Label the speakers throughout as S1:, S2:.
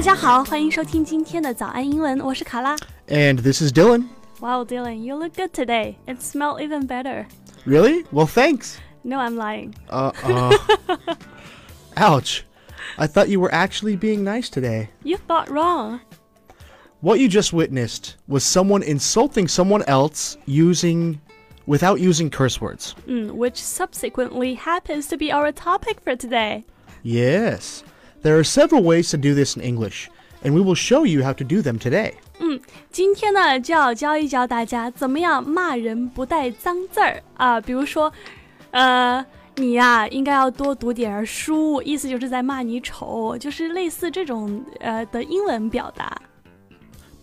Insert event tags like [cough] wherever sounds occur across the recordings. S1: 家好，欢迎收听今天的早安英文，我是卡拉。
S2: And this is Dylan.
S1: Wow, Dylan, you look good today and smell even better.
S2: Really? Well, thanks.
S1: No, I'm lying.
S2: Uh, uh, ouch. I thought you were actually being nice today.
S1: You thought wrong.
S2: What you just witnessed was someone insulting someone else using without using curse words.
S1: 嗯，which subsequently happens to be our topic for today.
S2: Yes. There are several ways to do this in English, and we will show you how to do them today.
S1: 今天呢，就要教一教大家怎么样骂人不带脏字儿啊、比如说，呃，你呀、应该要多读点儿书，意思就是在骂你丑，就是类似这种呃的英文表达。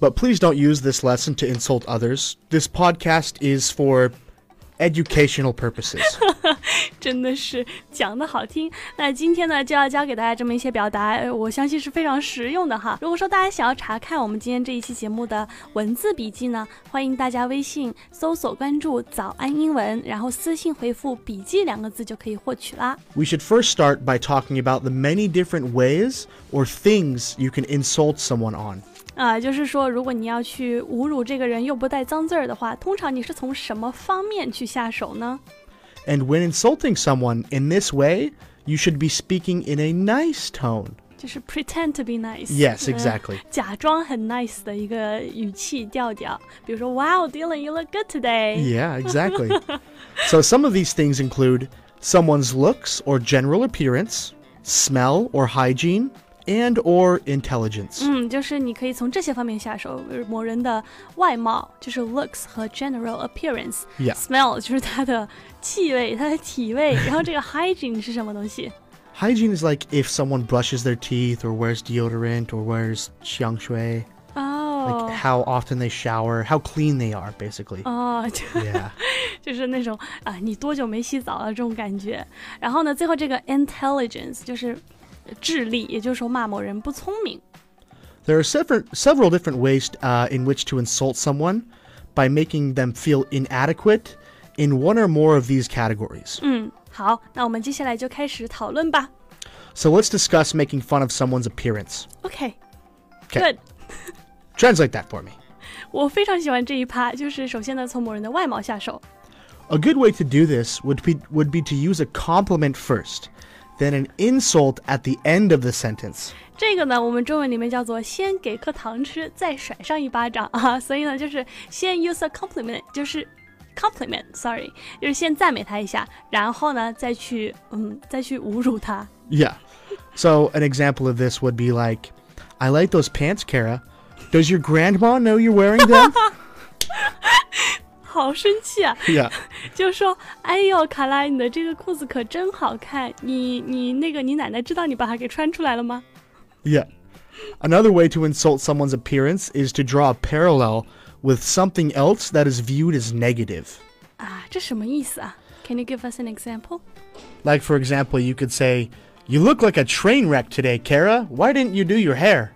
S2: But please don't use this lesson to insult others. This podcast is for educational purposes.
S1: 真的是讲的好听。那今天呢，就要教给大家这么一些表达，呃我相信是非常实用的哈。如果说大家想要查看我们今天这一期节目的文字笔记呢，欢迎大家微信搜索关注“早安英文”，然后私信回复“笔记”两个字就可以获取啦。 [laughs]
S2: We should first start by talking about the many different ways or things you can insult someone on.
S1: 啊、就是说，如果你要去侮辱这个人又不带脏字儿的话，通常你是从什么方面去下手呢？
S2: And when insulting someone in this way, you should be speaking in a nice tone.
S1: 就是 pretend to be nice。
S2: Yes,
S1: 嗯
S2: exactly.
S1: 假装很 nice 的一个语气调调，比如说 “Wow, Dylan, you look good today”。
S2: Yeah, exactly. so some of these things include someone's looks or general appearance, smell or hygiene, and or intelligence.
S1: 嗯，就是你可以从这些方面下手，比如某人的外貌，就是 looks 和 general appearance。
S2: Yeah.
S1: Smell 就是他的气味，他的体
S2: [laughs]
S1: 味，然后这个 hygiene 是什么东西？
S2: Hygiene is like if someone brushes their teeth or wears deodorant or wears xiangshui,
S1: 哦、
S2: like how often they shower, how clean they are basically.
S1: 哦， [laughs] 就
S2: [laughs] yeah.
S1: 就是那种啊，你多久没洗澡了这种感觉。然后呢，最后这个 intelligence 就是智力，也就是说骂某人不聪明。
S2: There are several several different ways uh, in which to insult someone by making them feel inadequate in one or more of these categories.
S1: 嗯，好，那我们接下来就开始讨论吧。
S2: So let's discuss making fun of someone's appearance.
S1: OK，good，、
S2: Okay, translate that for me.
S1: 我非常喜欢这一趴，就是首先呢，从某人的外貌下手。
S2: A good way to do this would be would be to use a compliment first, then an insult at the end of the sentence.
S1: 这个呢，我们中文里面叫做先给颗糖吃，再甩上一巴掌啊。所以呢，就是先 use a compliment，就是 compliment，sorry，就是先赞美他一下，然后呢，再去嗯，再去侮辱他。
S2: Yeah. So an example of this would be like, "I like those pants, Kara. Does your grandma know you're wearing them?"
S1: 好生气啊！
S2: yeah.
S1: 就说，哎呦，卡拉，你的这个裤子可真好看，你你那个你奶奶知道你把它给穿出来了吗？
S2: Yeah. Another way to insult someone's appearance is to draw a parallel with something else that is viewed as negative.
S1: 啊，这什么意思啊？Can you give us an example？
S2: Like, for example, you could say, You look like a train wreck today, Kara. Why didn't you do your hair?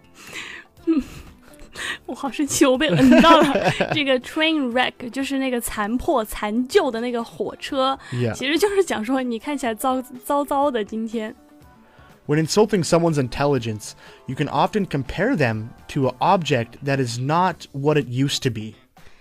S1: 我好生气，我被摁到了。 [laughs] 这个 train wreck 就是那个残破残旧的那个火车
S2: Yeah.
S1: 其实就是讲说你看起来糟糟糟的。今天
S2: When insulting someone's intelligence, you can often compare them to an object that is not what it used to be.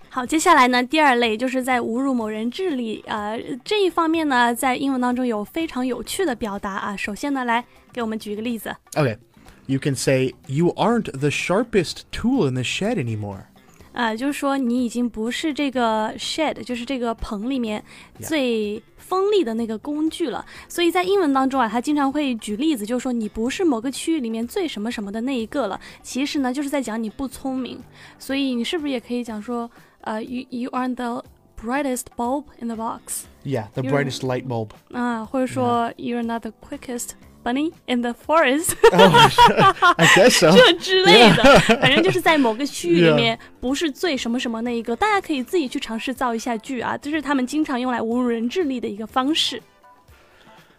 S1: 好，接下来呢，第二类就是在侮辱某人智力，呃，这一方面呢，在英文当中有非常有趣的表达啊。首先呢，来给我们举一个例子。
S2: Okay. You can say, You aren't the sharpest tool in the shed anymore.
S1: 呃，就是说你已经不是这个 shed，就是这个棚里面
S2: Yeah.
S1: 最锋利的那个工具了。所以在英文当中啊，他经常会举例子，就是说你不是某个区域里面最什么什么的那一个了。其实呢，就是在讲你不聪明。所以你是不是也可以讲说，呃，you you aren't the brightest bulb in the box，
S2: Yeah, the
S1: You're-
S2: brightest light bulb.
S1: 啊、或者说 you're not the quickest bunny in the forest。
S2: I guess so.
S1: 这之类的，反正就是在某个区域里
S2: Yeah.
S1: 面不是最什么什么那一个，大家可以自己去尝试造一下句啊，这是他们经常用来侮辱人智力的一个方式。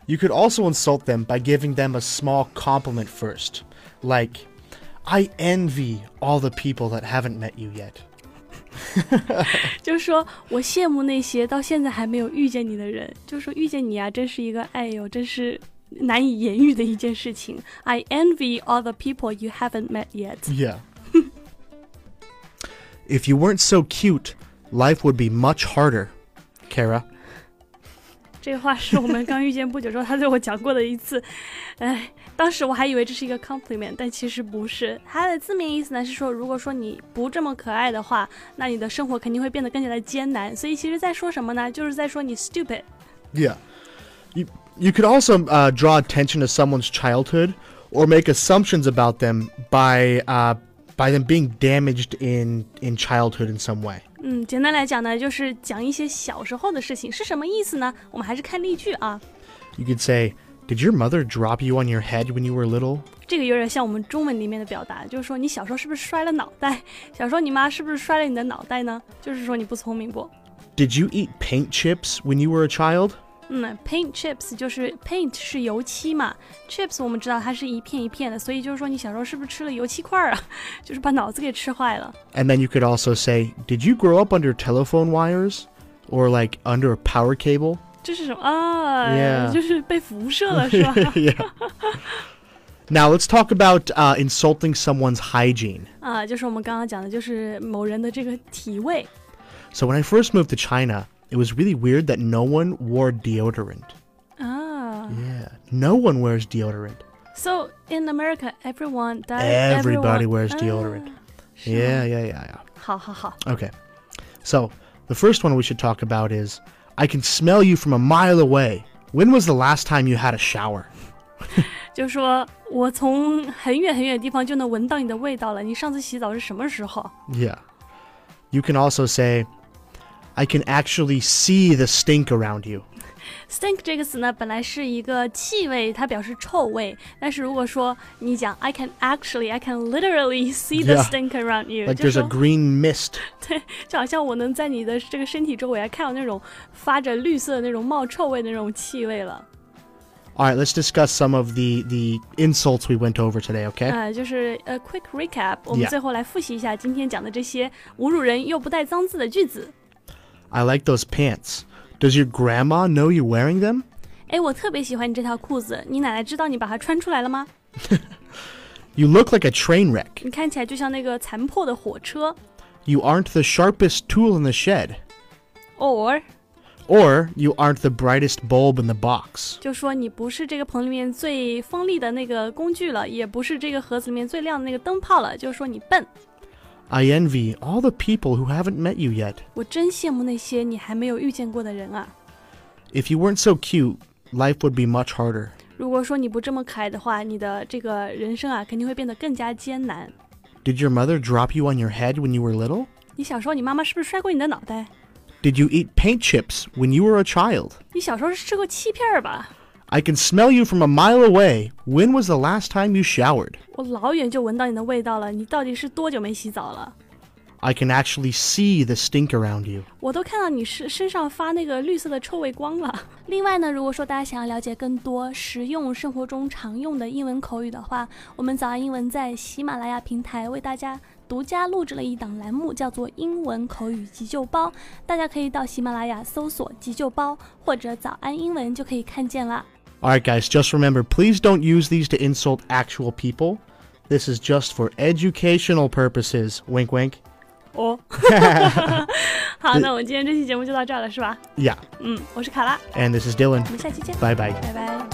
S2: You could also insult them by giving them a small compliment first, like, I envy all the people that haven't met you yet.
S1: 就是说我羡慕那些到现在还没有遇见你的人，就是说遇见你啊，真是一个，哎呦，真是难以言喻的一件事情。I envy all the people you haven't met yet。
S2: Yeah. [laughs] if you weren't so cute, life would be much harder. Kara.
S1: 这话是我们刚遇见不久之后他对我讲过的一次， [laughs] 哎，当时我还以为这是一个 compliment，但其实不是。它的字面意思呢是说，如果说你不这么可爱的话，那你的生活肯定会变得更加的艰难。所以其实在说什么呢？就是在说你 stupid。
S2: Yeah. You, you could also uh, draw attention to someone's childhood or make assumptions about them by uh, by them being damaged in in childhood in some way.
S1: 嗯，简单来讲呢，就是讲一些小时候的事情，是什么意思呢？我们还是看例句啊。
S2: You could say, "Did your mother drop you on your head when you were little?"
S1: 这个有点像我们中文里面的表达，就是说你小时候是不是摔了脑袋？小时候你妈是不是摔了你的脑袋呢？就是说你不聪明不？
S2: Did you eat paint chips when you were a child?
S1: 嗯，paint chips 就是 paint 是油漆嘛，chips 我们知道它是一片一片的，所以就是说你小时候是不是吃了油漆块儿啊？ [laughs] 就是把脑子给吃坏了。
S2: And then you could also say, "Did you grow up under telephone wires or like under a power cable?" [laughs]
S1: 这是什么啊
S2: Yeah
S1: 就是被辐射了是吧？ [laughs]
S2: yeah. Now let's talk about uh, insulting someone's hygiene.
S1: 啊，就是我们刚刚讲的，就是某人的这个体味。
S2: So when I first moved to China, it was really weird that no one wore deodorant.
S1: 啊
S2: Yeah, no one wears deodorant.
S1: ，So in America, everyone does.
S2: Everybody
S1: everyone-
S2: wears
S1: 啊
S2: deodorant.
S1: 是吗
S2: Yeah, yeah, yeah,
S1: [laughs] 好好好，
S2: yeah. Okay. So the first one we should talk about is I can smell you from a mile away. When was the last time you had a shower?
S1: 就说我从很远很远的地方就能闻到你的味道了。你上次洗澡是什么时候？
S2: Yeah. You can also say, I can actually see the stink around you.
S1: Stink 这个词呢，本来是一个气味，它表示臭味。但是如果说你讲 I can actually, I can literally see the
S2: Yeah. 啊
S1: stink around you，、
S2: Like
S1: 就
S2: there's a
S1: 说
S2: green mist.
S1: 就好像我能在你的这个身体周围啊看到那种发着绿色的那种冒臭味的那种气味了。
S2: All right, let's discuss some of the the insults we went over today, okay?
S1: 啊、就是呃，quick recap，我们
S2: Yeah.
S1: 最后来复习一下今天讲的这些侮辱人又不带脏字的句子。
S2: I like those pants. Does your grandma know you're wearing them?
S1: 哎，我特别喜欢你这条裤子，你奶奶知道你把它穿出来了吗？
S2: You look like a train wreck.
S1: 你看起来就像那个残破的火车。
S2: You aren't the sharpest tool in the shed.
S1: Or
S2: Or you aren't the brightest bulb in the box.
S1: 就说你不是这个棚里面最锋利的那个工具了，也不是这个盒子里面最亮的那个灯泡了，就说你笨。
S2: I envy all the people who haven't met you yet.
S1: 我真羡慕那些你还没有遇见过的人啊！
S2: If you weren't so cute, life would be much harder.
S1: 如果说你不这么可爱的话，你的这个人生啊肯定会变得更加艰难。
S2: Did your mother drop you on your head when you were little?
S1: 你小时候，你妈妈是不是摔过你的脑袋？
S2: Did you eat paint chips when you were a child?
S1: 你小时候是吃过欺骗儿吧？
S2: I can smell you from a mile away. When was the last time you showered?
S1: 我老远就闻到你的味道了，你到底是多久没洗澡了？
S2: I can actually see the stink around you.
S1: 我都看到你身身上发那个绿色的臭味光了。 [laughs] 另外呢，如果说大家想要了解更多实用生活中常用的英文口语的话，我们早安英文在喜马拉雅平台为大家独家录制了一档栏目，叫做《英文口语急救包》，大家可以到喜马拉雅搜索“急救包”或者“早安英文”就可以看见啦。
S2: Alright, guys, just remember please don't use these to insult actual people. This is just for educational purposes. Wink, wink.
S1: 哦， [laughs] 好，那我们今天这期节目就到这儿了，是吧？
S2: Yeah.
S1: 嗯，我是卡拉， [laughs]
S2: And this is
S1: 我
S2: Dylan.
S1: 们下期见，
S2: Bye bye.
S1: 拜拜